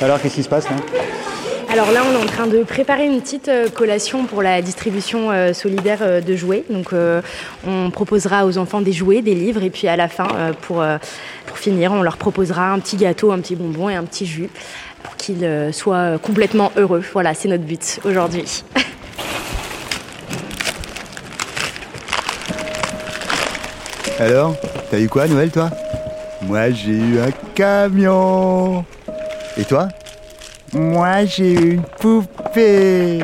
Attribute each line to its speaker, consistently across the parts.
Speaker 1: Alors, qu'est-ce qui se passe là
Speaker 2: Alors là, on est en train de préparer une petite euh, collation pour la distribution euh, solidaire euh, de jouets. Donc, euh, on proposera aux enfants des jouets, des livres, et puis à la fin, euh, pour, euh, pour finir, on leur proposera un petit gâteau, un petit bonbon et un petit jus pour qu'ils euh, soient euh, complètement heureux. Voilà, c'est notre but aujourd'hui.
Speaker 1: Alors, t'as eu quoi à Noël, toi Moi, j'ai eu un camion. Et toi Moi, j'ai eu une poupée.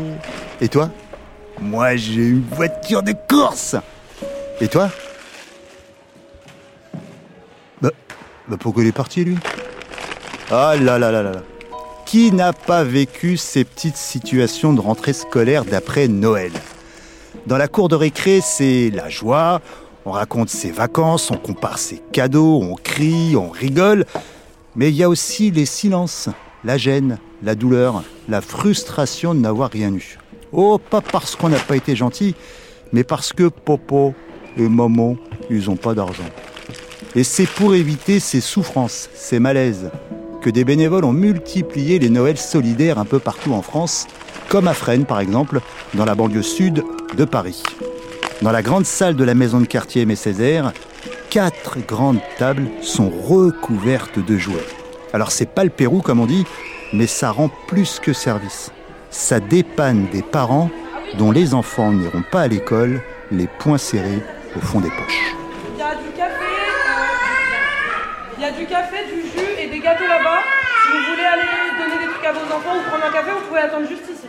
Speaker 1: Et toi Moi, j'ai eu une voiture de course. Et toi Bah, bah pourquoi il est parti, lui Ah là là là là là. Qui n'a pas vécu ces petites situations de rentrée scolaire d'après Noël dans la cour de récré, c'est la joie. On raconte ses vacances, on compare ses cadeaux, on crie, on rigole. Mais il y a aussi les silences, la gêne, la douleur, la frustration de n'avoir rien eu. Oh, pas parce qu'on n'a pas été gentil, mais parce que Popo et Momo, ils n'ont pas d'argent. Et c'est pour éviter ces souffrances, ces malaises, que des bénévoles ont multiplié les Noëls solidaires un peu partout en France, comme à Fresnes par exemple, dans la banlieue sud de Paris. Dans la grande salle de la maison de quartier Aimé Césaire, quatre grandes tables sont recouvertes de jouets. Alors c'est pas le Pérou comme on dit, mais ça rend plus que service. Ça dépanne des parents dont les enfants n'iront pas à l'école, les poings serrés au fond des poches.
Speaker 3: Il y a du café, euh, il y a du café, du jus et des gâteaux là-bas. Si vous voulez aller donner des trucs à vos enfants ou prendre un café, vous pouvez attendre juste ici.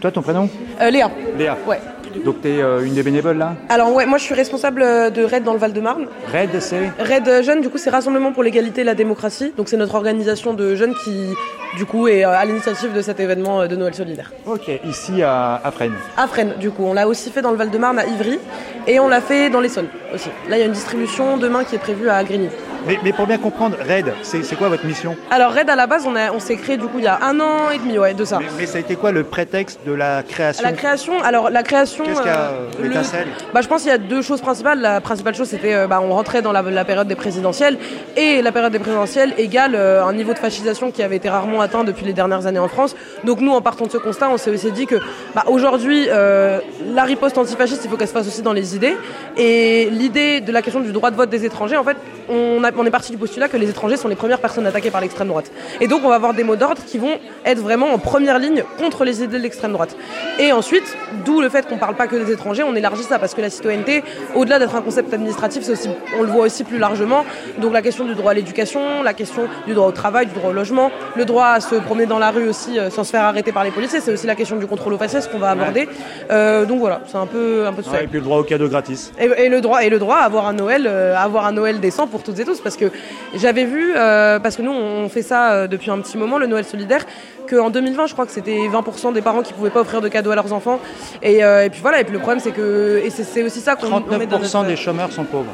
Speaker 4: Toi, ton prénom
Speaker 3: Euh, Léa.
Speaker 4: Léa.
Speaker 3: Ouais.
Speaker 4: Donc, t'es euh, une des bénévoles là
Speaker 3: Alors ouais, moi je suis responsable euh, de RAID dans le Val-de-Marne.
Speaker 4: Red, c'est
Speaker 3: RAID Jeunes, du coup, c'est Rassemblement pour l'égalité et la démocratie. Donc c'est notre organisation de jeunes qui, du coup, est euh, à l'initiative de cet événement euh, de Noël solidaire.
Speaker 4: Ok, ici à, à Fresnes.
Speaker 3: À Fresnes, du coup, on l'a aussi fait dans le Val-de-Marne à Ivry et on l'a fait dans l'Essonne aussi. Là, il y a une distribution demain qui est prévue à Grigny.
Speaker 4: Mais, mais pour bien comprendre, Red, c'est c'est quoi votre mission
Speaker 3: Alors RAID à la base, on, a- on s'est créé du coup il y a un an et demi, ouais, de ça.
Speaker 4: mais, mais ça a été quoi le prétexte de la création
Speaker 3: La création, alors la création.
Speaker 4: Qu'est-ce qu'il y a,
Speaker 3: euh,
Speaker 4: euh, l'étincelle
Speaker 3: bah, Je pense qu'il y a deux choses principales. La principale chose, c'était euh, bah, on rentrait dans la, la période des présidentielles et la période des présidentielles égale euh, un niveau de fascisation qui avait été rarement atteint depuis les dernières années en France. Donc nous, en partant de ce constat, on s'est aussi dit que bah, aujourd'hui, euh, la riposte antifasciste, il faut qu'elle se fasse aussi dans les idées. Et l'idée de la question du droit de vote des étrangers, en fait, on, a- on est parti du postulat que les étrangers sont les premières personnes attaquées par l'extrême droite. Et donc on va avoir des mots d'ordre qui vont être vraiment en première ligne contre les idées de l'extrême droite. Et ensuite, d'où le fait qu'on parle pas que des étrangers, on élargit ça parce que la citoyenneté, au-delà d'être un concept administratif, c'est aussi, on le voit aussi plus largement. Donc la question du droit à l'éducation, la question du droit au travail, du droit au logement, le droit à se promener dans la rue aussi euh, sans se faire arrêter par les policiers, c'est aussi la question du contrôle aux faciès qu'on va aborder. Euh, donc voilà, c'est un peu, un peu tout ça.
Speaker 4: Ouais, Et puis le droit au cadeau gratis.
Speaker 3: Et, et le droit et le droit à avoir un Noël euh, à avoir un Noël décent pour toutes et tous parce que j'avais vu euh, parce que nous on fait ça euh, depuis un petit moment le Noël solidaire que en 2020 je crois que c'était 20% des parents qui pouvaient pas offrir de cadeaux à leurs enfants et, euh, et puis voilà et puis le problème c'est que et c'est- c'est aussi ça qu'on on met dans
Speaker 4: 39%
Speaker 3: notre-
Speaker 4: des chômeurs sont pauvres.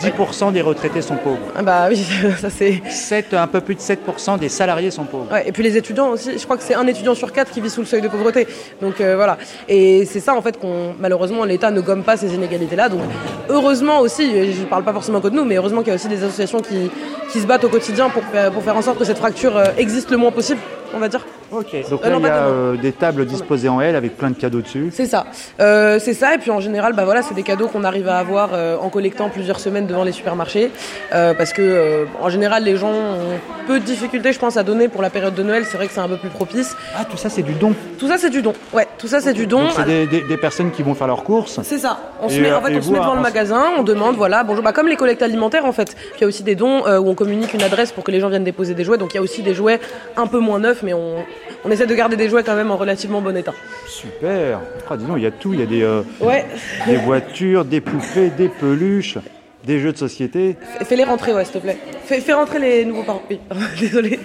Speaker 4: 10% des retraités sont pauvres.
Speaker 3: Ah bah oui ça c'est
Speaker 4: Sept- un peu plus de 7% des salariés sont pauvres.
Speaker 3: Ouais, et puis les étudiants aussi, je crois que c'est un étudiant sur quatre qui vit sous le seuil de pauvreté. Donc euh, voilà. Et c'est ça en fait qu'on malheureusement l'État ne gomme pas ces inégalités-là. Donc heureusement aussi, et je parle pas forcément que de nous, mais heureusement qu'il y a aussi des associations qui, qui se battent au quotidien pour faire, pour faire en sorte que cette fracture euh, existe le moins possible, on va dire.
Speaker 4: Ok. Donc
Speaker 3: Euh,
Speaker 4: là,
Speaker 3: non,
Speaker 4: il y
Speaker 3: pas
Speaker 4: a
Speaker 3: de-
Speaker 4: euh, des tables disposées en L avec plein de cadeaux dessus.
Speaker 3: C'est ça. Euh, c'est ça. Et puis en général, bah voilà, c'est des cadeaux qu'on arrive à avoir euh, en collectant plusieurs semaines devant les supermarchés, Euh, parce que euh, en général, les gens ont peu de difficultés, je pense, à donner pour la période de Noël. C'est vrai que c'est un peu plus propice.
Speaker 4: Ah, tout ça, c'est du don.
Speaker 3: Tout ça, c'est du don. Ouais, tout ça, c'est du don.
Speaker 4: Donc, c'est des, des- des personnes qui vont faire leurs courses.
Speaker 3: C'est ça. On se
Speaker 4: Et,
Speaker 3: met,
Speaker 4: euh,
Speaker 3: en fait,
Speaker 4: et
Speaker 3: on se met
Speaker 4: voir,
Speaker 3: devant le
Speaker 4: on se-
Speaker 3: magasin, on demande, voilà, bonjour. Bah, comme les collectes alimentaires, en fait. Puis il y a aussi des dons euh, où on communique une adresse pour que les gens viennent déposer des jouets. Donc il y a aussi des jouets un peu moins neufs, mais on, on essaie de garder des jouets quand même en relativement bon état.
Speaker 4: Super. Ah, dis donc, il y a tout. Il y a des, euh,
Speaker 3: Ouais.
Speaker 4: des voitures, des poupées, des peluches, des jeux de société.
Speaker 3: Fais- Fais-les rentrer, ouais, s'il te plaît. Fais, fais rentrer les nouveaux parents. Oui, désolé.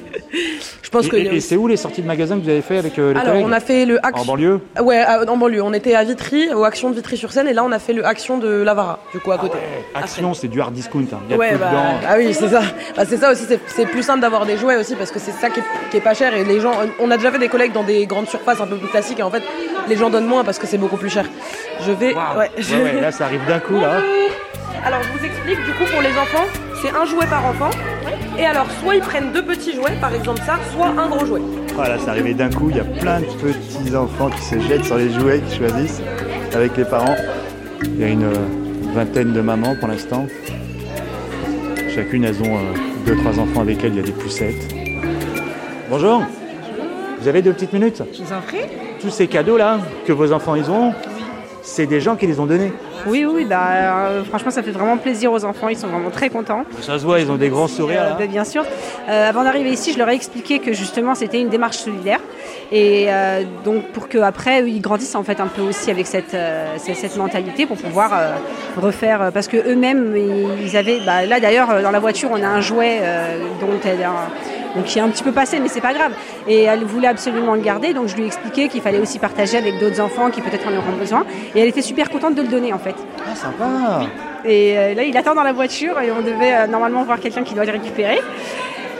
Speaker 3: Je pense
Speaker 4: Et,
Speaker 3: que.
Speaker 4: et- et c'est où les sorties de magasins que vous avez fait avec euh, les
Speaker 3: Alors,
Speaker 4: collègues
Speaker 3: on a fait le hack.
Speaker 4: En banlieue
Speaker 3: Ouais, à- en banlieue. On était à Vitry, aux actions de Vitry-sur-Seine, et là, on a fait le action de Lavara, du coup, à côté.
Speaker 4: Action, c'est du hard discount. hein. Il y a
Speaker 3: Ouais,
Speaker 4: tout
Speaker 3: bah,
Speaker 4: dedans.
Speaker 3: ah oui, c'est ça. Bah, c'est ça aussi, c'est- c'est plus simple d'avoir des jouets aussi parce que c'est ça qui est, qui est pas cher. Et les gens, on a déjà fait des collègues dans des grandes surfaces un peu plus classiques et en fait, les gens donnent moins parce que c'est beaucoup plus cher. Je vais.
Speaker 4: Waouh.
Speaker 3: bah, ouais.
Speaker 4: Ouais, ouais, là, ça arrive d'un coup, là.
Speaker 3: Alors, je vous explique, du coup, pour les enfants,
Speaker 5: c'est un jouet par enfant. Et alors, soit ils prennent deux petits jouets, par exemple ça, soit un gros jouet.
Speaker 4: Voilà, c'est arrivé d'un coup, il y a plein de petits enfants qui se jettent sur les jouets, qui choisissent avec les parents. Il y a une euh, vingtaine de mamans pour l'instant. Chacune, elles ont euh, deux, trois enfants avec elles, il y a des poussettes. Bonjour Vous avez deux petites minutes
Speaker 5: Je vous en prie.
Speaker 4: Tous ces cadeaux-là que vos enfants ils ont, c'est des gens qui les ont donnés.
Speaker 3: Oui, oui, bah, euh, franchement, ça fait vraiment plaisir aux enfants. Ils sont vraiment très contents.
Speaker 4: Ça se voit, ils ont des grands sourires.
Speaker 3: Euh,
Speaker 4: là.
Speaker 3: bah, bien sûr. Euh, avant d'arriver ici, je leur ai expliqué que justement, c'était une démarche solidaire. Et euh, donc, pour qu'après, ils grandissent en fait un peu aussi avec cette, euh, cette, cette mentalité pour pouvoir euh, refaire. euh, Parce que eux-mêmes, ils avaient. bah, là, d'ailleurs, euh, dans la voiture, on a un jouet euh, dont elle a- donc qui est un petit peu passé, mais c'est pas grave. Et elle voulait absolument le garder, donc je lui ai expliqué qu'il fallait aussi partager avec d'autres enfants qui peut-être en auront besoin. Et elle était super contente de le donner en fait.
Speaker 4: Ah, sympa
Speaker 3: Et euh, là, il attend dans la voiture et on devait euh, normalement voir quelqu'un qui doit le récupérer.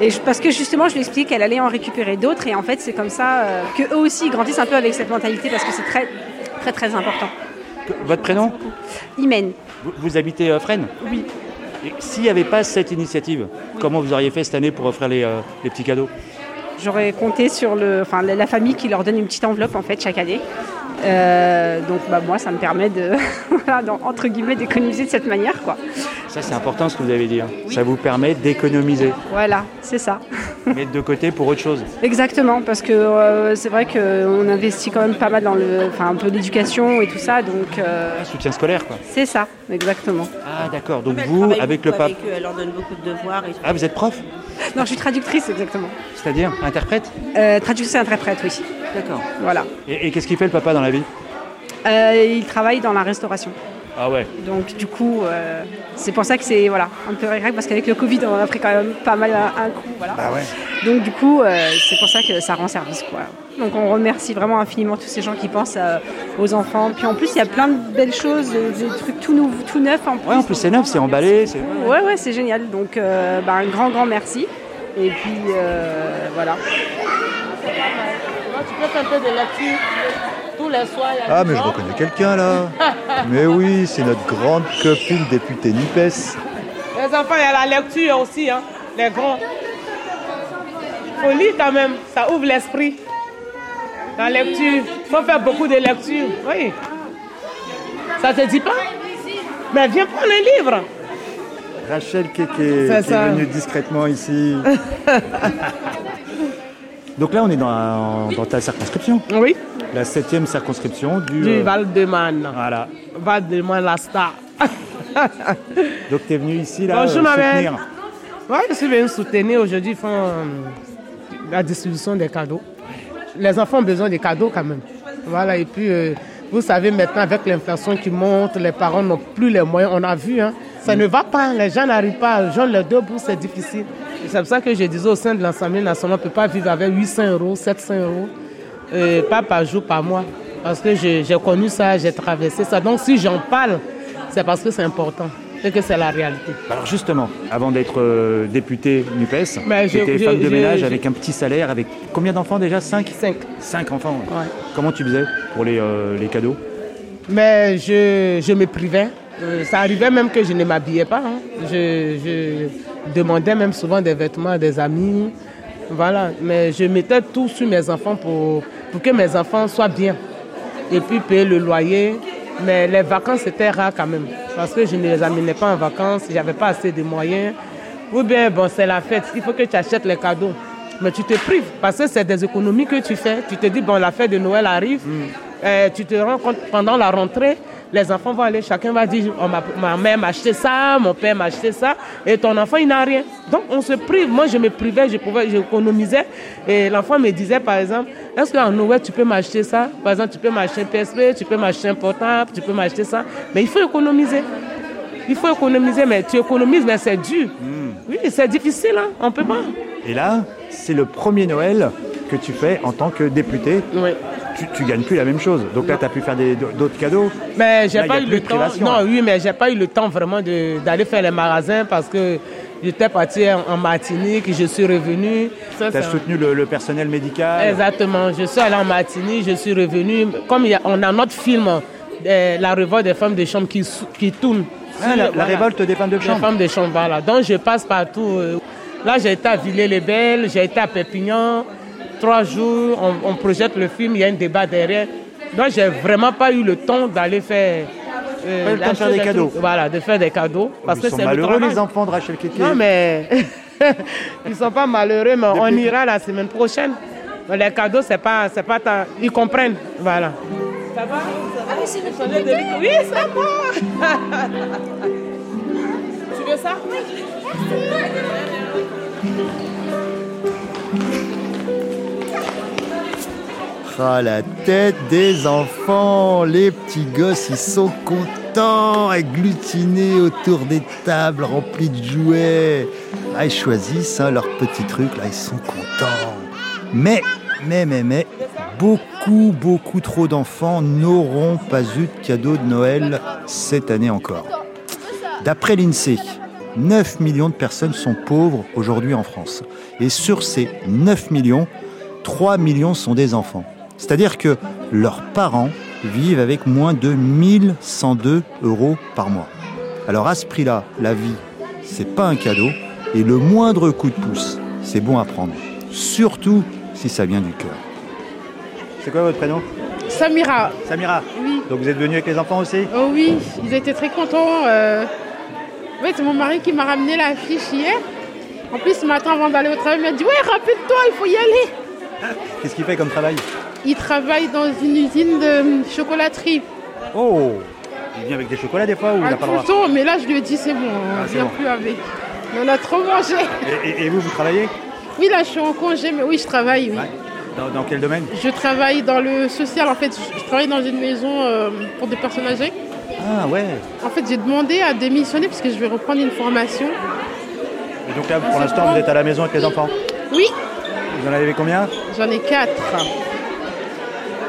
Speaker 3: Et je- parce que justement, je lui explique qu'elle allait en récupérer d'autres et en fait, c'est comme ça euh, que eux aussi ils grandissent un peu avec cette mentalité parce que c'est très, très, très important.
Speaker 4: Votre prénom
Speaker 3: Imen.
Speaker 4: Vous, vous habitez euh, Fresnes
Speaker 3: Oui.
Speaker 4: Et S'il n'y avait pas cette initiative, comment vous auriez fait cette année pour offrir les, euh, les petits cadeaux
Speaker 3: J'aurais compté sur le, enfin, la la famille qui leur donne une petite enveloppe en fait chaque année. Euh, donc bah, moi, ça me permet de, voilà, d'en- entre guillemets, d'économiser de cette manière quoi.
Speaker 4: Ça, c'est important ce que vous avez dit. hein. Ça vous permet d'économiser,
Speaker 3: Voilà, c'est ça.
Speaker 4: mettre de côté pour autre chose.
Speaker 3: Exactement, parce que euh, c'est vrai qu'on investit quand même pas mal dans le, enfin un peu l'éducation et tout ça, donc euh,
Speaker 4: Un Ah, soutien scolaire, quoi.
Speaker 3: c'est ça, exactement.
Speaker 4: Ah, d'accord. Donc
Speaker 6: Elle
Speaker 4: vous,
Speaker 6: travaille
Speaker 4: avec le
Speaker 6: beaucoup
Speaker 4: pape.
Speaker 6: avec eux, elle leur donne beaucoup de devoirs. Et...
Speaker 4: Ah, vous êtes prof
Speaker 3: Non, je suis traductrice, exactement.
Speaker 4: C'est-à-dire interprète
Speaker 3: Euh, traductrice et interprète, oui.
Speaker 4: D'accord.
Speaker 3: Voilà.
Speaker 4: Et, et qu'est-ce qu'il fait le papa dans la vie
Speaker 3: Euh, il travaille dans la restauration,
Speaker 4: Ah ouais.
Speaker 3: donc du coup, euh, c'est pour ça que c'est voilà un peu régrès, parce qu'avec le Covid, on a pris quand même pas mal un, un coup, voilà.
Speaker 4: ouais.
Speaker 3: Donc du coup, euh, c'est pour ça que ça rend service, quoi. Donc on remercie vraiment infiniment tous ces gens qui pensent euh, aux enfants. Puis en plus, il y a plein de belles choses, euh, des trucs tout nouveaux, tout neufs en plus.
Speaker 4: Ouais, en plus c'est neuf, c'est emballé. c'est-
Speaker 3: Ouais, ouais, c'est génial. Donc, euh, bah, un grand, grand merci. Et puis, euh, voilà.
Speaker 1: Ah, mais je reconnais quelqu'un là Mais oui, c'est notre grande copine députée Nipes.
Speaker 7: Les enfants, il y a la lecture aussi, hein, les grands. Faut lire quand même, ça ouvre l'esprit. La lecture, faut faire beaucoup de lecture, oui. Ça te dit pas Mais viens prendre un livre.
Speaker 4: Rachel Keke qui est
Speaker 7: ça.
Speaker 4: venue discrètement ici. Donc là, on est dans, un- dans ta circonscription,
Speaker 7: Oui,
Speaker 4: la septième circonscription du.
Speaker 7: du
Speaker 4: euh,
Speaker 7: Val de Man.
Speaker 4: Voilà.
Speaker 7: Val de Man, la star.
Speaker 4: Donc t'es venu ici là.
Speaker 7: Bonjour,
Speaker 4: euh,
Speaker 7: ma
Speaker 4: soutenir.
Speaker 7: belle. Moi, je suis venue soutenir aujourd'hui ils font, euh, la distribution des cadeaux. Les enfants ont besoin des cadeaux quand même. Voilà, et puis euh, vous savez maintenant avec l'inflation qui monte, les parents n'ont plus les moyens, on a vu, hein. ça ne va pas, les gens n'arrivent pas à joindre les deux bouts, c'est difficile. Et C'est pour ça que je disais au sein de l'Assemblée nationale, on ne peut pas vivre avec 800 euros, 700 euros, euh, pas par jour, par mois. Parce que je- j'ai connu ça, j'ai traversé ça. Donc si j'en parle, c'est parce que c'est important et que c'est la réalité.
Speaker 4: Alors justement, avant d'être euh, députée Nupes,
Speaker 7: Mais je-
Speaker 4: j'étais
Speaker 7: je-
Speaker 4: femme de
Speaker 7: je-
Speaker 4: ménage
Speaker 7: je-
Speaker 4: avec un petit salaire, avec combien d'enfants déjà Cinq.
Speaker 7: Cinq.
Speaker 4: Cinq enfants. ouais.
Speaker 7: Ouais.
Speaker 4: Comment tu faisais pour les, euh, les cadeaux
Speaker 7: Mais je, je me privais. Euh, ça arrivait même que je ne m'habillais pas. hein. Je, je demandais même souvent des vêtements à des amis. Voilà. Mais je mettais tout sur mes enfants pour, pour que mes enfants soient bien. Et puis payer le loyer. Mais les vacances, c'était rare quand même. Parce que je ne les amenais pas en vacances. J'avais pas assez de moyens. Ou bien, bon, c'est la fête. Il faut que tu achètes les cadeaux. Mais tu te prives parce que c'est des économies que tu fais. Tu te dis, bon, la fête de Noël arrive. Euh, tu te rends compte pendant la rentrée, les enfants vont aller, chacun va dire, oh, ma, ma mère m'a acheté ça, mon père m'a acheté ça, et ton enfant, il n'a rien. Donc, on se prive. Moi, je me privais, je pouvais, j'économisais. Et l'enfant me disait, par exemple, est-ce qu'en Noël, tu peux m'acheter ça Par exemple, tu peux m'acheter un PSP, tu peux m'acheter un portable, tu peux m'acheter ça. Mais il faut économiser. Il faut économiser, mais tu économises, mais c'est dur.
Speaker 4: Hmm.
Speaker 7: Oui, c'est difficile, hein. on peut pas.
Speaker 4: Et là, c'est le premier Noël que tu fais en tant que députée.
Speaker 7: Oui.
Speaker 4: Tu, tu gagnes plus la même chose. Donc là, tu as pu faire des- d'autres cadeaux.
Speaker 7: Mais j'ai
Speaker 4: Là, il y a
Speaker 7: pas eu
Speaker 4: plus
Speaker 7: le
Speaker 4: de
Speaker 7: temps.
Speaker 4: privation, hein.
Speaker 7: Non,
Speaker 4: là.
Speaker 7: oui, mais j'ai pas eu le temps vraiment de- d'aller faire les magasins parce que j'étais partie en en Martinique, je suis revenue. Ça, Eh,
Speaker 4: Tu as
Speaker 7: c'est un-
Speaker 4: soutenu le, le personnel médical.
Speaker 7: Exactement. Je suis allée en Martinique, je suis revenue. Comme il y a- on a notre film, euh, La Revolte des femmes de chambre qui, sou- qui tourne
Speaker 4: Ah, la, la
Speaker 7: voilà.
Speaker 4: révolte des femmes de
Speaker 7: Les
Speaker 4: chambre.
Speaker 7: femmes de chambre, voilà. Donc je passe partout. euh. Là, j'ai été à Villers-les-Belles, j'ai été à Pépignan. Trois jours, on, on projette le film, il y a un débat derrière. Donc j'ai vraiment pas eu le temps d'aller faire. euh,
Speaker 4: Pas eu le temps de
Speaker 7: l'acheter
Speaker 4: faire des
Speaker 7: trucs.
Speaker 4: cadeaux.
Speaker 7: Voilà, de faire des cadeaux. Parce
Speaker 4: Ils
Speaker 7: que
Speaker 4: sont
Speaker 7: c'est le
Speaker 4: malheureux
Speaker 7: travail.
Speaker 4: les enfants de Rachel Keke.
Speaker 7: Non, mais ils sont pas malheureux, mais on
Speaker 4: Depuis-
Speaker 7: ira la semaine prochaine. Mais Les cadeaux, c'est pas, c'est pas ta... Ils comprennent, voilà. Ça va Ah oui, c'est Oui, c'est moi Tu veux ça
Speaker 1: Ah, la tête des enfants, les petits gosses, ils sont contents, agglutinés autour des tables remplies de jouets. Là, ils choisissent hein, leurs petits trucs, là, ils sont contents. Mais, mais, mais, mais, beaucoup, beaucoup trop d'enfants n'auront pas eu de cadeau de Noël cette année encore. D'après l'INSEE, 9 millions de personnes sont pauvres aujourd'hui en France. Et sur ces 9 millions, 3 millions sont des enfants. C'est-à-dire que leurs parents vivent avec moins de 1102 euros par mois. Alors à ce prix-là, la vie, c'est pas un cadeau et le moindre coup de pouce, c'est bon à prendre. Surtout si ça vient du cœur.
Speaker 4: C'est quoi votre prénom
Speaker 8: Samira,
Speaker 4: Samira.
Speaker 8: Oui.
Speaker 4: Donc vous êtes venue avec les enfants aussi
Speaker 8: oh oui, ils étaient très contents. euh. Ouais, c'est mon mari qui m'a ramené la fiche hier. En plus, ce matin, avant d'aller au travail, il m'a dit Ouais, rappelle-toi, il faut y aller.
Speaker 4: Qu'est-ce qu'il fait comme travail
Speaker 8: Il travaille dans une usine de chocolaterie.
Speaker 4: Oh Il vient avec des chocolats des fois ou il
Speaker 8: Ah,
Speaker 4: n'a
Speaker 8: tout
Speaker 4: pas le
Speaker 8: le
Speaker 4: droit
Speaker 8: temps, mais là, je lui ai dit C'est bon, on
Speaker 4: Ah, c'est
Speaker 8: vient
Speaker 4: bon.
Speaker 8: plus avec. On en a trop mangé.
Speaker 4: et, et- et vous, vous travaillez
Speaker 8: Oui, là, je suis en congé, mais oui, je travaille, oui.
Speaker 4: Ouais. dans, dans quel domaine
Speaker 8: Je travaille dans le social, en fait, je je travaille dans une maison euh, pour des personnes âgées.
Speaker 4: Ah ouais
Speaker 8: En fait, j'ai demandé à démissionner parce que je vais reprendre une formation.
Speaker 4: Et donc là, pour l'instant, vous êtes à la maison avec les enfants
Speaker 8: Oui,
Speaker 4: Vous en avez combien
Speaker 8: J'en ai quatre.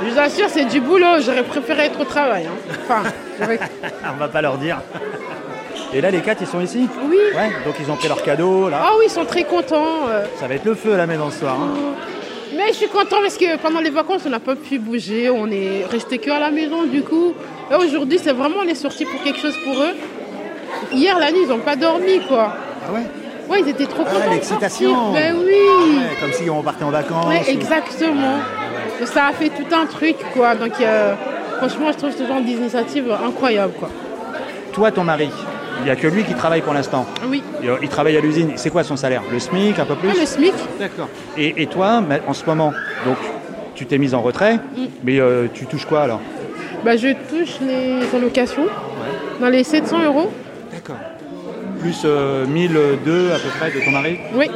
Speaker 8: Je vous assure, c'est du boulot. J'aurais préféré être au travail. hein. Enfin, j'aurais-
Speaker 4: Ah, On va pas leur dire. Et là, les quatre, ils sont ici
Speaker 8: oui.
Speaker 4: Ouais, donc ils ont pris leur cadeau, là.
Speaker 8: Ah oui, ils sont très contents. euh.
Speaker 4: Ça va être le feu à la maison ce soir. hein.
Speaker 8: Mais je suis contente parce que pendant les vacances, on n'a pas pu bouger. On est resté que à la maison, du coup. Et aujourd'hui, c'est vraiment, on est sorti pour quelque chose pour eux. Hier, la nuit, ils n'ont pas dormi, quoi.
Speaker 4: Ah ouais
Speaker 8: Ouais, ils étaient trop contents. de sortir.
Speaker 4: l'excitation.
Speaker 8: Mais oui.
Speaker 4: Ouais, Comme si on partait en vacances.
Speaker 8: Ouais,
Speaker 4: ou-
Speaker 8: exactement. Ça a fait tout un truc, quoi. Donc, euh, franchement, je trouve ce genre d'initiative incroyable, quoi.
Speaker 4: Toi, ton mari, il n'y a que lui qui travaille pour l'instant.
Speaker 8: Oui.
Speaker 4: Il il travaille à l'usine. C'est quoi son salaire Le SMIC, un peu plus
Speaker 8: Ah, le SMIC
Speaker 4: D'accord. Et, et toi, ma- en ce moment, donc tu t'es mise en retrait,
Speaker 8: Mm.
Speaker 4: mais euh, tu touches quoi alors
Speaker 8: Bah, je touche les allocations dans les 700 euros.
Speaker 4: D'accord. Plus euh, 1002 à peu près de ton mari
Speaker 8: Oui,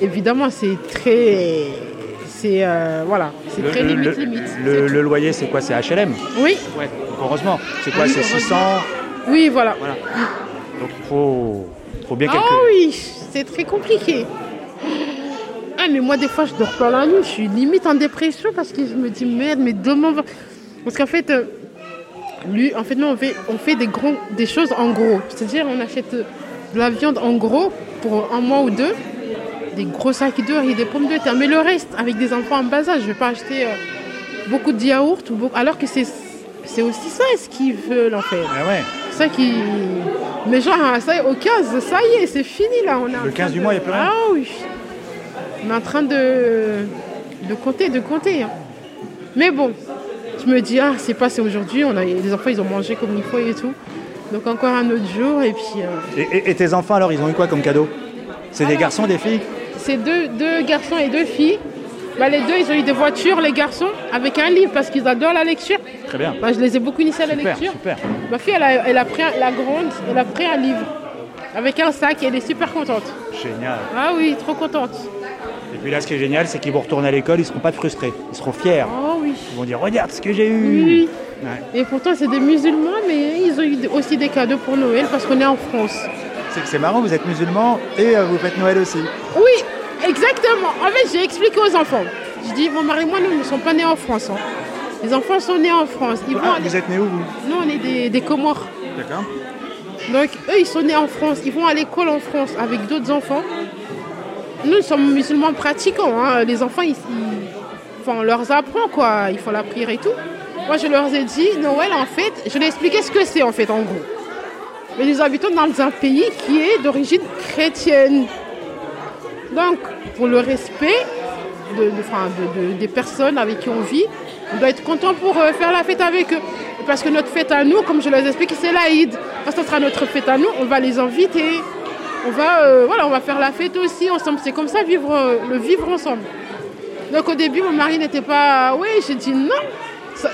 Speaker 8: évidemment, c'est très. C'est. euh, voilà, c'est très limite, limite.
Speaker 4: le-
Speaker 8: C'est
Speaker 4: le loyer, c'est quoi C'est HLM
Speaker 8: tout. Oui,
Speaker 4: Ouais. Heureusement. C'est quoi
Speaker 8: Oui,
Speaker 4: C'est
Speaker 8: heureusement.
Speaker 4: 600
Speaker 8: oui, voilà.
Speaker 4: Voilà. Donc il faut, faut bien
Speaker 8: Ah
Speaker 4: calculer.
Speaker 8: oui, c'est très compliqué. Ah, mais moi, des fois, je dors pas la nuit, je suis limite en dépression parce que je me dis merde, mais demain. va- Parce qu'en fait, euh, lui, en fait, nous, on fait, on fait des, gros, des choses en gros. C'est-à-dire, on achète euh, de la viande en gros pour un mois ou deux, des gros sacs d'or et des pommes de terre. Mais le reste, avec des enfants en bas âge, je vais pas acheter euh, beaucoup de yaourts, ou beaucoup- alors que c'est. C'est aussi ça ce qu'ils veulent en fait.
Speaker 4: Ah ouais.
Speaker 8: Ça qui. Mais genre, hein, ça y est, au 15, ça y est, c'est fini là. On est en
Speaker 4: Le 15
Speaker 8: train
Speaker 4: du
Speaker 8: de-
Speaker 4: mois, il y a plus rien.
Speaker 8: Ah oui. On est en train de, de compter, de compter. hein. Mais bon, je me dis, ah, c'est passé aujourd'hui. On a... Les enfants, ils ont mangé comme il faut et tout. Donc, encore un autre jour. Et puis, euh,
Speaker 4: Et, et- et tes enfants alors, ils ont eu quoi comme cadeau C'est des garçons, des filles
Speaker 8: c'est deux, deux garçons et deux filles. Bah, les deux, ils ont eu des voitures, les garçons, avec un livre parce qu'ils adorent la lecture.
Speaker 4: Très bien.
Speaker 8: Bah, je les ai beaucoup initiés à la
Speaker 4: Super,
Speaker 8: lecture.
Speaker 4: super.
Speaker 8: Ma fille, elle a, elle a pris un- la grande, elle a pris un livre avec un sac et elle est super contente.
Speaker 4: Génial.
Speaker 8: Ah oui, trop contente.
Speaker 4: Et puis là, ce qui est génial, c'est qu'ils vont retourner à l'école, ils seront pas frustrés, ils seront fiers.
Speaker 8: Oh oui.
Speaker 4: Ils vont dire regarde ce que j'ai eu.
Speaker 8: Oui.
Speaker 4: Hmm. Ouais.
Speaker 8: Et pourtant, c'est des musulmans, mais ils ont eu aussi des cadeaux pour Noël parce qu'on est en France.
Speaker 4: C'est que c'est marrant, vous êtes musulman et euh, vous faites Noël aussi.
Speaker 8: Oui, exactement. En fait, j'ai expliqué aux enfants. Je dis, mon mari et moi, nous ne sommes pas nés en France. hein. Les enfants sont nés en France. Ils vont
Speaker 4: Ah,
Speaker 8: aller-
Speaker 4: vous êtes né où vous
Speaker 8: Nous, on est des, des Comores.
Speaker 4: D'accord.
Speaker 8: Donc, eux, ils sont nés en France. Ils vont à l'école en France avec d'autres enfants. Nous, nous sommes musulmans pratiquants. hein. Les enfants, ils, ils- enfin, on leur apprend, quoi. Ils font la prière et tout. Moi, je leur ai dit, Noël, en fait, je leur ai expliqué ce que c'est, en fait, en gros. mais nous habitons dans un pays qui est d'origine chrétienne. Donc, pour le respect de, de- enfin, de- de- des personnes avec qui on vit, on doit être content pour euh, faire la fête avec eux. Parce que notre fête à nous, comme je les explique, c'est l'Aïd. Quand ce sera notre fête à nous, on va les inviter. On va, euh, voilà, on va faire la fête aussi ensemble. C'est comme ça, vivre, euh, le vivre ensemble. Donc au début, mon mari n'était pas... Oui, j'ai dit non. Ça,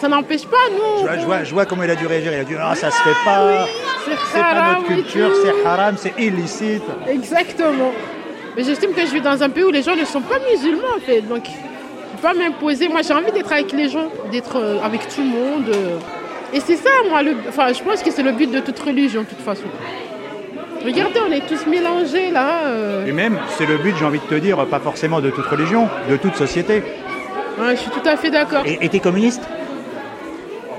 Speaker 8: ça n'empêche pas, nous.
Speaker 1: Je vois, je vois- je vois comment il a dû réagir. Il a dit Ah, ça se fait pas,
Speaker 8: C'est
Speaker 1: c'est pas
Speaker 8: haram
Speaker 1: notre
Speaker 8: et
Speaker 1: culture,
Speaker 8: tout.
Speaker 1: c'est haram, c'est illicite.
Speaker 8: Exactement. Mais j'estime que je vis dans un pays où les gens ne sont pas musulmans en fait. Donc, je peux pas m'imposer. Moi, j'ai envie d'être avec les gens, d'être euh, avec tout le monde. euh. Et c'est ça, moi. Le... Enfin, je pense que c'est le but de toute religion, de toute façon. Regardez, on est tous mélangés là. euh.
Speaker 4: Et même, c'est le but, j'ai envie de te dire, pas forcément de toute religion, de toute société.
Speaker 8: Ouais, je suis tout à fait d'accord.
Speaker 4: Et t'es communiste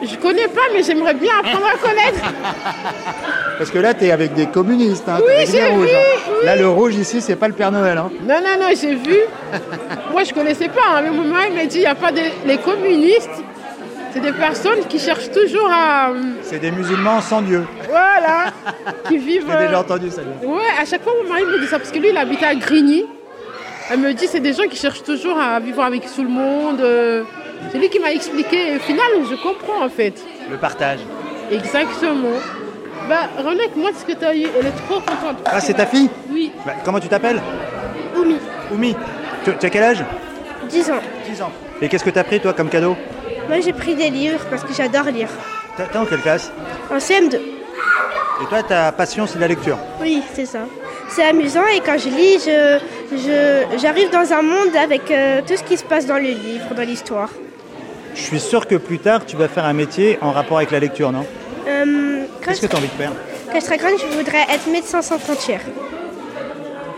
Speaker 8: Je connais pas, mais j'aimerais bien apprendre à connaître.
Speaker 1: Parce que là, t'es avec des communistes. Hein, t'es avec des
Speaker 8: j'ai
Speaker 1: rouges,
Speaker 8: vu,
Speaker 1: hein.
Speaker 8: oui.
Speaker 1: Là, le rouge ici, c'est pas le Père Noël. Hein.
Speaker 8: Non, non, non, j'ai vu. Moi, je connaissais pas. hein, mais mon mari m'a dit, il n'y a pas des les communistes. C'est des personnes qui cherchent toujours à. euh,
Speaker 1: C'est des musulmans sans Dieu.
Speaker 8: Voilà, qui vivent.
Speaker 1: J'ai déjà
Speaker 8: euh,
Speaker 1: entendu ça.
Speaker 8: Ouais, à chaque fois mon mari me dit ça parce que lui il habite à Grigny. Elle me dit c'est des gens qui cherchent toujours à vivre avec tout le monde. euh. C'est lui qui m'a expliqué. Et au final, je comprends en fait.
Speaker 1: Le partage.
Speaker 8: Exactement. Bah, Renek, moi, ce que t'as eu, elle est trop contente.
Speaker 1: Ah, c'est ta fille
Speaker 8: Oui.
Speaker 1: Bah, Comment tu t'appelles
Speaker 9: Oumi,
Speaker 1: Oumi. Tu, tu as quel âge
Speaker 9: 10 ans.
Speaker 1: 10 ans. Et qu'est-ce que t'as pris, toi, comme cadeau
Speaker 9: Moi j'ai pris des livres parce que j'adore lire.
Speaker 1: T'as- T'es en quelle classe
Speaker 9: En CM2.
Speaker 1: Et toi, ta passion, c'est la lecture.
Speaker 9: Oui, c'est ça. C'est amusant et quand je lis, je, je- j'arrive dans un monde avec euh, tout ce qui se passe dans le livre, dans l'histoire.
Speaker 1: Je suis sûr que plus tard, tu vas faire un métier en rapport avec la lecture, non
Speaker 9: Euh, quand,
Speaker 1: Qu'est-ce que
Speaker 9: je,
Speaker 1: t'as envie de faire
Speaker 9: quand je serai grande, je voudrais être médecin sans frontières.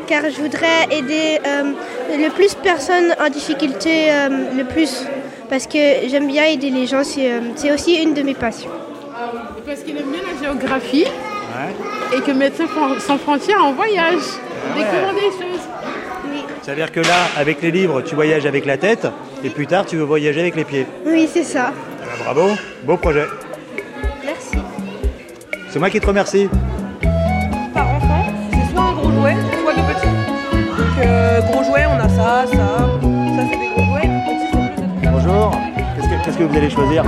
Speaker 9: Car je voudrais aider euh, le plus de personnes en difficulté, euh, le plus. Parce que j'aime bien aider les gens, c'est, euh, c'est aussi une de mes passions.
Speaker 8: Parce qu'il aime bien la géographie. Et que Médecins Fran- sans frontières en voyage. Découvrir des choses.
Speaker 1: C'est-à-dire que là, avec les livres, tu voyages avec la tête, et plus tard, tu veux voyager avec les pieds.
Speaker 9: Oui, c'est ça.
Speaker 1: Ah, bravo, beau projet.
Speaker 9: Merci.
Speaker 1: C'est moi qui te remercie.
Speaker 3: par enfant, c'est soit un gros jouet, soit deux petits. Donc euh, gros jouet, on a ça, ça, ça c'est des gros jouets. Petits, c'est plus des trucs.
Speaker 1: Bonjour. Qu'est-ce que, qu'est-ce que vous allez choisir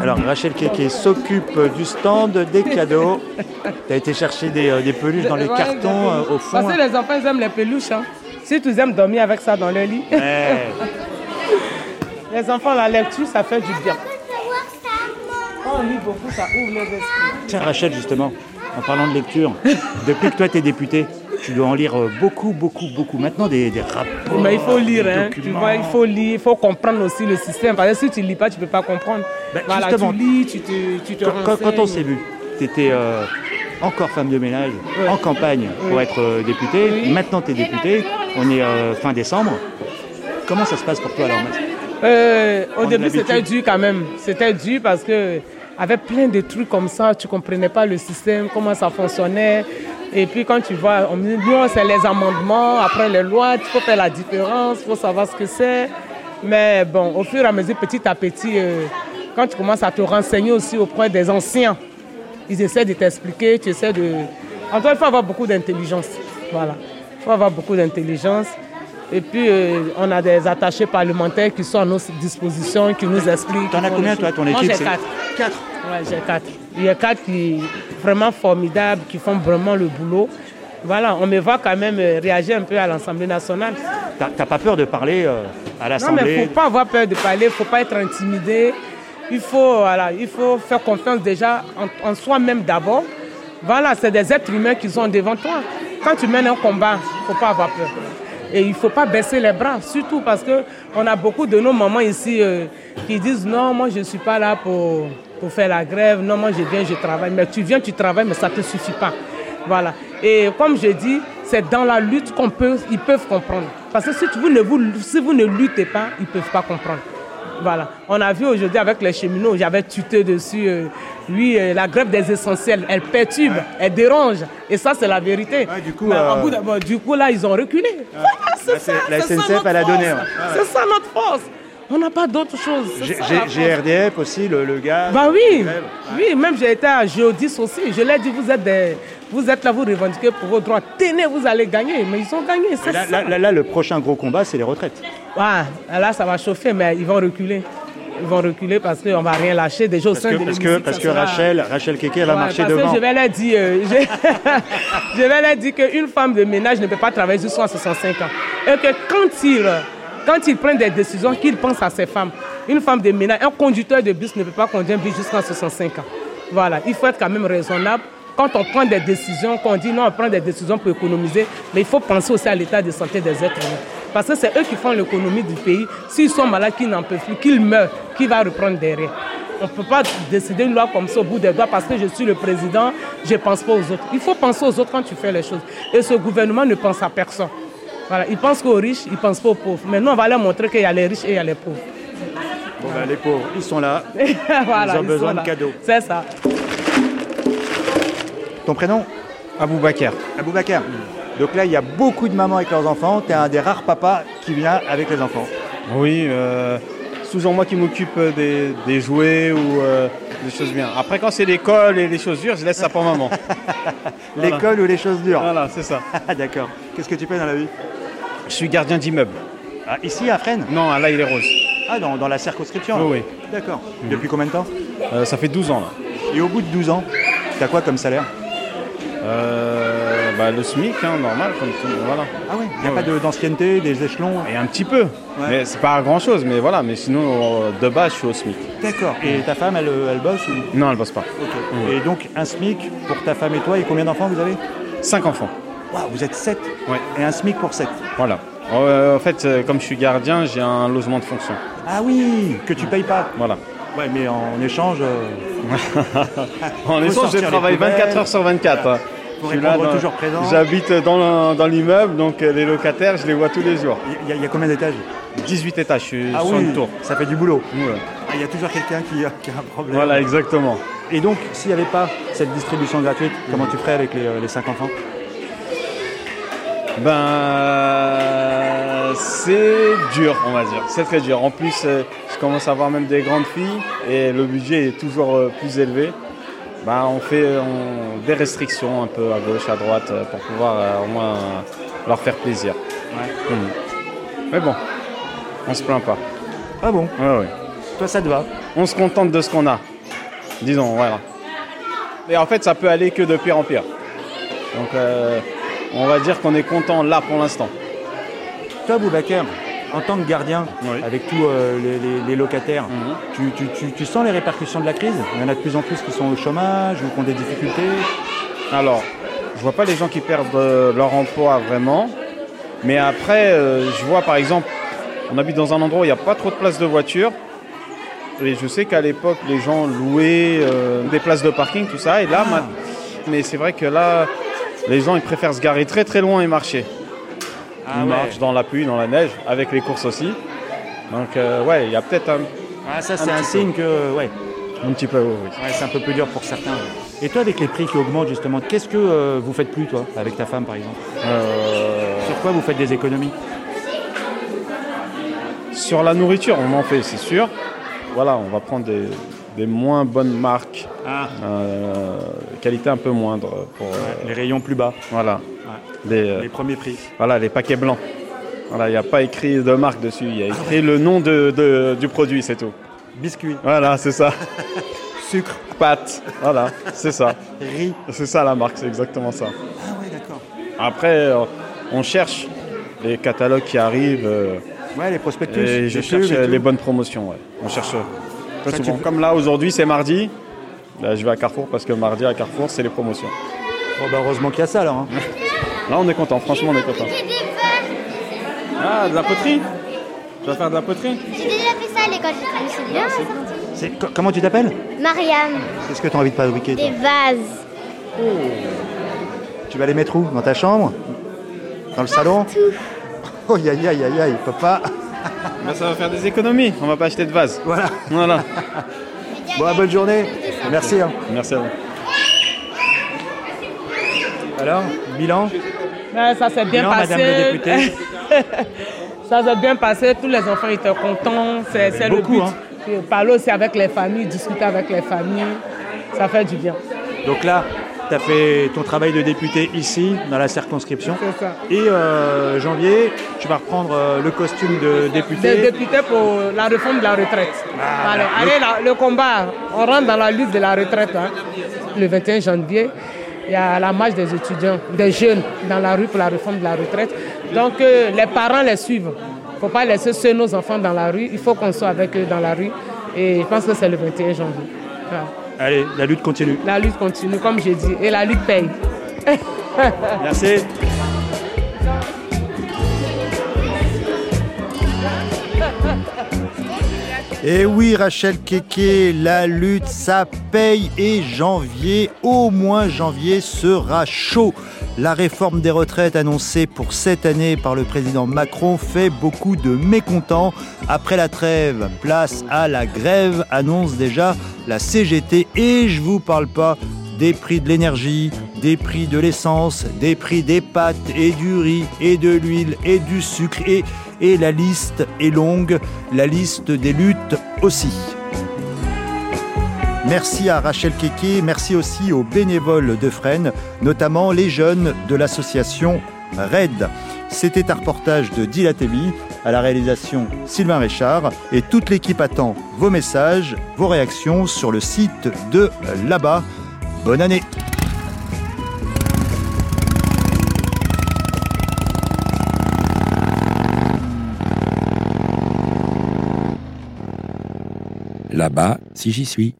Speaker 1: Alors, Rachel Keke s'occupe du stand des cadeaux. T'as été chercher des, euh, des peluches dans les
Speaker 7: Ouais,
Speaker 1: cartons euh, au fond.
Speaker 7: Parce
Speaker 4: hein.
Speaker 7: que les enfants, ils aiment les peluches. Hein. Surtout, ils aiment dormir avec ça dans leur lit.
Speaker 1: Ouais.
Speaker 4: Eh,
Speaker 7: Les enfants, la lecture, ça fait du bien. Quand on lit beaucoup, ça ouvre les esprits.
Speaker 4: Tiens, Rachel, justement, en parlant de lecture, depuis que toi, t'es députée, tu dois en lire euh, beaucoup, beaucoup, beaucoup. Maintenant, des, des rapports.
Speaker 7: Mais il faut lire,
Speaker 4: des
Speaker 7: hein. tu
Speaker 4: Oh, documents.
Speaker 7: vois, il faut lire, il faut comprendre aussi le système. Parce que si tu ne lis pas, tu ne peux pas comprendre.
Speaker 4: Ben,
Speaker 7: voilà,
Speaker 4: justement.
Speaker 7: tu lis, tu te, tu te
Speaker 4: Quand, quand- quand on s'est
Speaker 7: renseignes.
Speaker 4: vu, t'étais euh, encore femme de ménage, en campagne pour être euh, députée. Maintenant, t'es députée. On est euh, fin décembre. Comment ça se passe pour toi alors Max
Speaker 7: Euh, au
Speaker 4: On a
Speaker 7: début, c'était
Speaker 4: l'habitude.
Speaker 7: dur quand même. C'était dur parce que avec plein de trucs comme ça, tu comprenais pas le système, comment ça fonctionnait. Et puis quand tu vois, on me dit, non, c'est les amendements, après les lois, il faut faire la différence, il faut savoir ce que c'est. Mais bon, au fur et à mesure, petit à petit, euh, quand tu commences à te renseigner aussi auprès des anciens, ils essaient de t'expliquer, tu essaies de... En tout cas, il faut avoir beaucoup d'intelligence. Voilà. Il faut avoir beaucoup d'intelligence. Et puis, euh, on a des attachés parlementaires qui sont à nos dispositions, qui nous expliquent.
Speaker 4: T'en as
Speaker 7: qui font
Speaker 4: combien,
Speaker 7: les
Speaker 4: toi,
Speaker 7: choses.
Speaker 4: ton
Speaker 7: Moi,
Speaker 4: équipe,
Speaker 7: j'ai
Speaker 4: c'est-
Speaker 7: quatre. Quatre Ouais, j'ai quatre. Il y a quatre qui vraiment formidables, qui font vraiment le boulot. Voilà, on me voit quand même euh, réagir un peu à l'Assemblée nationale.
Speaker 4: T'as t'as pas peur de parler euh, à
Speaker 7: Non, mais il ne
Speaker 4: l'Assemblée
Speaker 7: faut pas avoir peur de parler, il ne faut pas être intimidé. Il faut, voilà, il faut faire confiance déjà en, en soi-même d'abord. Voilà, c'est des êtres humains qui sont devant toi. Quand tu mènes un combat, il ne faut pas avoir peur. Et il ne faut pas baisser les bras, surtout parce qu'on a beaucoup de nos mamans ici euh, qui disent non, moi je ne suis pas là pour, pour faire la grève, non, moi je viens, je travaille. Mais tu viens, tu travailles, mais ça ne te suffit pas. Voilà. Et comme je dis, c'est dans la lutte qu'on peut, ils peuvent comprendre. Parce que si tu- vous ne, vous, si vous ne luttez pas, ils ne peuvent pas comprendre. Voilà. On a vu aujourd'hui avec les cheminots, j'avais tuté dessus. euh, oui, euh, la grève des essentiels, elle perturbe, elle dérange. Et ça, c'est la vérité.
Speaker 1: Ouais, du coup,
Speaker 7: Mais
Speaker 1: euh,
Speaker 7: au bout d'un moment, du coup, là, ils ont reculé. Voilà, c'est
Speaker 1: Là, c'est-
Speaker 7: ça,
Speaker 1: la
Speaker 7: c'est ça
Speaker 1: SNCF,
Speaker 7: notre
Speaker 1: elle a donné, hein.
Speaker 7: force.
Speaker 1: ouais.
Speaker 7: C'est ça notre force. On n'a pas d'autre chose. c'est
Speaker 4: G-
Speaker 7: ça,
Speaker 4: G-
Speaker 7: la France.
Speaker 4: GRDF aussi, le, le gars.
Speaker 7: Bah oui,
Speaker 4: Grève.
Speaker 7: oui, même j'ai été à Géodis aussi. Je leur ai dit, vous êtes, des- vous êtes là, vous revendiquez pour vos droits. Tenez, vous allez gagner. Mais ils ont gagné,
Speaker 4: Et
Speaker 7: c'est
Speaker 4: Là,
Speaker 7: ça.
Speaker 4: là, là, là, le prochain gros combat, c'est les retraites.
Speaker 7: Ouais, là, ça va chauffer, mais ils vont reculer. Ils vont reculer parce qu'on ne va rien lâcher. Déjà au
Speaker 4: Parce
Speaker 7: sein
Speaker 4: que,
Speaker 7: de
Speaker 4: parce que,
Speaker 7: l'hémicycle,
Speaker 4: parce
Speaker 7: ça
Speaker 4: que
Speaker 7: sera-
Speaker 4: Rachel, Rachel Keke, elle a
Speaker 7: Ouais,
Speaker 4: marché
Speaker 7: parce que
Speaker 4: devant.
Speaker 7: je vais leur dire, euh, je... je vais leur dire qu'une femme de ménage ne peut pas travailler jusqu'à 65 ans. Et que quand ils, quand ils prennent des décisions, qu'ils pensent à ces femmes. Une femme de ménage, un conducteur de bus ne peut pas conduire un bus jusqu'à 65 ans. Voilà, il faut être quand même raisonnable. Quand on prend des décisions, qu'on dit non, on prend des décisions pour économiser, mais il faut penser aussi à l'état de santé des êtres humains. Parce que c'est eux qui font l'économie du pays. S'ils sont malades, qu'ils n'en peuvent plus, qu'ils meurent, qui va reprendre derrière on ne peut pas décider une loi comme ça au bout des doigts parce que je suis le président, je ne pense pas aux autres. Il faut penser aux autres quand tu fais les choses. Et ce gouvernement ne pense à personne. Voilà, il pense qu'aux riches, il ne pense pas aux pauvres. Maintenant, on va leur montrer qu'il y a les riches et il y a les pauvres.
Speaker 4: Bon,
Speaker 1: Euh,
Speaker 4: bah, les pauvres, ils sont là.
Speaker 7: voilà,
Speaker 4: Ils ont besoin
Speaker 7: sont
Speaker 4: de
Speaker 7: là.
Speaker 4: cadeaux.
Speaker 7: C'est ça.
Speaker 1: Ton prénom
Speaker 4: Aboubacar.
Speaker 1: Aboubacar. Donc là, il y a beaucoup de mamans avec leurs enfants. Tu es un des rares papas qui vient avec les enfants.
Speaker 4: Oui, souvent moi qui m'occupe des, jouets ou euh, des choses bien. Après, quand c'est l'école et les choses dures, je laisse ça pour maman. Voilà.
Speaker 1: L'école ou les choses dures
Speaker 4: Voilà, c'est ça.
Speaker 1: Ah, D'accord. Qu'est-ce que tu fais dans la vie
Speaker 4: Je suis gardien d'immeuble.
Speaker 1: Ah, Ici, à Fresnes
Speaker 4: Non, là, il est rose.
Speaker 1: Ah, dans, dans la circonscription là.
Speaker 4: Oui, Mhm.
Speaker 1: D'accord. Depuis combien de temps
Speaker 4: Euh, ça fait 12 ans, là.
Speaker 1: Et au bout de 12 ans, tu as quoi comme salaire
Speaker 4: Euh, bah, le SMIC, hein, normal, comme tout, voilà.
Speaker 1: Ah oui, il n'y a
Speaker 4: Ouais,
Speaker 1: pas de- d'ancienneté, des échelons
Speaker 4: Et un petit peu, mais c'est pas grand chose, mais voilà, mais sinon euh, de base je suis au SMIC.
Speaker 1: D'accord. Et ta femme, elle, euh, elle bosse ou...
Speaker 4: Non, elle bosse pas.
Speaker 1: Ok. Et donc, un SMIC pour ta femme et toi, et combien d'enfants vous avez
Speaker 4: Cinq enfants,
Speaker 1: Waouh, vous êtes 7
Speaker 4: Ouais.
Speaker 1: Et un SMIC pour 7.
Speaker 4: voilà. Euh, en fait, euh, comme je suis gardien, j'ai un logement de fonction,
Speaker 1: Ah oui, que tu payes pas.
Speaker 4: voilà.
Speaker 1: Ouais, mais en échange, euh,
Speaker 4: En
Speaker 1: Faut
Speaker 4: essence, je
Speaker 1: sortir les
Speaker 4: travaille
Speaker 1: poubelles.
Speaker 4: 24 heures sur 24.
Speaker 1: Voilà.
Speaker 4: hein.
Speaker 1: Faut
Speaker 4: Je suis
Speaker 1: répondre
Speaker 4: dans-
Speaker 1: toujours présent.
Speaker 4: J'habite dans, le- dans l'immeuble, donc euh, les locataires, je les vois tous les jours.
Speaker 1: il y, a- il y a combien d'étages Ah
Speaker 4: 18 étages, je suis sur le tour.
Speaker 1: ça fait du boulot.
Speaker 4: Ouais.
Speaker 1: Ah, Il y a toujours quelqu'un qui, a- qui a un problème.
Speaker 4: Voilà, eh exactement.
Speaker 1: Et donc, s'il n'y avait pas cette distribution gratuite, comment tu ferais avec les, euh, les 5 enfants
Speaker 4: Ben, c'est dur, on va dire. C'est très dur. En plus, euh, je commence à avoir même des grandes filles et le budget est toujours euh, plus élevé. Ben, on fait euh, on- des restrictions un peu à gauche, à droite euh, pour pouvoir euh, au moins euh, leur faire plaisir. Mhm. Mais bon, on se plaint pas.
Speaker 1: Ah bon
Speaker 4: Ouais, ouais.
Speaker 1: Toi, ça te va
Speaker 4: On se contente de ce qu'on a. Disons, voilà. Et en fait, ça peut aller que de pire en pire. Donc, euh, on va dire qu'on est content là pour l'instant.
Speaker 1: Toi, Boubacar, en tant que gardien,
Speaker 4: Oui. Mhm.
Speaker 1: avec tous euh, les, les- les locataires, tu, tu- tu- tu sens les répercussions de la crise Il y en a de plus en plus qui sont au chômage ou qui ont des difficultés.
Speaker 4: Alors, je vois pas les gens qui perdent euh, leur emploi vraiment. Mais après, euh, je vois par exemple, on habite dans un endroit où il n'y a pas trop de places de voiture. Et je sais qu'à l'époque, les gens louaient euh, des places de parking, tout ça. Et là,
Speaker 1: Ah.
Speaker 4: ma- mais c'est vrai que là, les gens ils préfèrent se garer très très loin et marcher.
Speaker 1: Ah
Speaker 4: ils
Speaker 1: ouais.
Speaker 4: marchent dans la pluie, dans la neige, avec les courses aussi. Donc euh, ouais, il y a peut-être un,
Speaker 1: Ah, ça,
Speaker 4: Un
Speaker 1: c'est un,
Speaker 4: petit peu.
Speaker 1: signe que ouais,
Speaker 4: un petit peu. oui, oui.
Speaker 1: ouais, c'est un peu plus dur pour certains. ouais. Et toi, avec les prix qui augmentent, justement, qu'est-ce que euh, vous faites plus, toi, avec ta femme, par exemple
Speaker 4: Euh,
Speaker 1: Sur quoi vous faites des économies
Speaker 4: Sur la nourriture, on en fait, c'est sûr. Voilà, on va prendre des, des moins bonnes marques,
Speaker 1: Ah,
Speaker 4: euh, qualité un peu moindre pour euh,
Speaker 1: les rayons plus bas,
Speaker 4: voilà les, euh,
Speaker 1: les premiers prix.
Speaker 4: voilà les paquets blancs. Voilà, il n'y a pas écrit de marque dessus, il y a
Speaker 1: Ah
Speaker 4: écrit le nom de, de- du produit, c'est tout.
Speaker 1: Biscuits,
Speaker 4: Voilà, c'est ça.
Speaker 1: sucre,
Speaker 4: Pâte, voilà, c'est ça.
Speaker 1: riz.
Speaker 4: C'est ça la marque, c'est exactement ça.
Speaker 1: Ah ouais, d'accord.
Speaker 4: Après, euh, on cherche les catalogues qui arrivent. euh,
Speaker 1: Ouais, les prospectus.
Speaker 4: Et
Speaker 1: les
Speaker 4: je
Speaker 1: pubs
Speaker 4: cherche
Speaker 1: et
Speaker 4: euh,
Speaker 1: tout.
Speaker 4: les bonnes promotions, ouais. On cherche euh, très
Speaker 1: Ça, tu
Speaker 4: souvent.
Speaker 1: le-
Speaker 4: Comme là, aujourd'hui, c'est mardi. Là, je vais à Carrefour parce que mardi à Carrefour, c'est les promotions.
Speaker 1: Bon, bah, heureusement qu'il y a ça, alors. hein.
Speaker 4: Là, on est content. Franchement, on est content. Ah, de la poterie Tu vas faire de la poterie
Speaker 10: J'ai déjà fait ça à l'école, mais c'est bien.
Speaker 1: C'est- co- Comment tu t'appelles
Speaker 10: Mariam,
Speaker 1: Qu'est-ce que tu as envie de fabriquer toi Oh.
Speaker 10: des vases.
Speaker 1: Tu vas les mettre où Dans ta chambre Dans le salon Oh, aïe, aïe, aïe, aïe, aïe, papa.
Speaker 4: Bah, Ça va faire des économies. On va pas acheter de vase.
Speaker 1: Voilà.
Speaker 4: Voilà.
Speaker 1: Bon, bonne journée. Merci. hein.
Speaker 4: Merci à vous.
Speaker 1: Alors, bilan
Speaker 7: Ouais, Ah, ça s'est bien
Speaker 1: Bilan,
Speaker 7: passé.
Speaker 1: madame la députée.
Speaker 7: Ça s'est bien passé, tous les enfants étaient contents, c'est c'est le
Speaker 1: beaucoup,
Speaker 7: but.
Speaker 1: hein.
Speaker 7: Et Parler aussi avec les familles, discuter avec les familles, ça fait du bien.
Speaker 1: Donc là, tu as fait ton travail de député ici, dans la circonscription.
Speaker 7: C'est ça.
Speaker 1: Et euh, janvier, tu vas reprendre euh, le costume de député.
Speaker 7: Des députés pour la réforme de la retraite. Allez, allez, là, le combat, on rentre dans la lutte de la retraite. hein. Le 21 janvier, il y a la marche des étudiants, des jeunes dans la rue pour la réforme de la retraite. Donc euh, les parents les suivent. Il ne faut pas laisser seuls nos enfants dans la rue. Il faut qu'on soit avec eux dans la rue. Et je pense que c'est le 21 janvier. Voilà.
Speaker 1: Allez, la lutte continue.
Speaker 7: La lutte continue, comme j'ai dit. Et la lutte paye.
Speaker 1: Merci.
Speaker 4: Et Eh oui, Rachel Keke, la lutte, ça paye et janvier, au moins janvier, sera chaud. La réforme des retraites annoncée pour cette année par le président Macron fait beaucoup de mécontents. Après la trêve, place à la grève, annonce déjà la CGT. Et je vous parle pas des prix de l'énergie, des prix de l'essence, des prix des pâtes et du riz et de l'huile et du sucre et, et la liste est longue, la liste des luttes aussi. Merci à Rachel Keke, merci aussi aux bénévoles de Fresnes, notamment les jeunes de l'association RAID. C'était un reportage de Dilatemi, à la réalisation Sylvain Richard, et toute l'équipe attend vos messages, vos réactions sur le site de là-bas. Bonne année
Speaker 11: Là-bas, si j'y suis.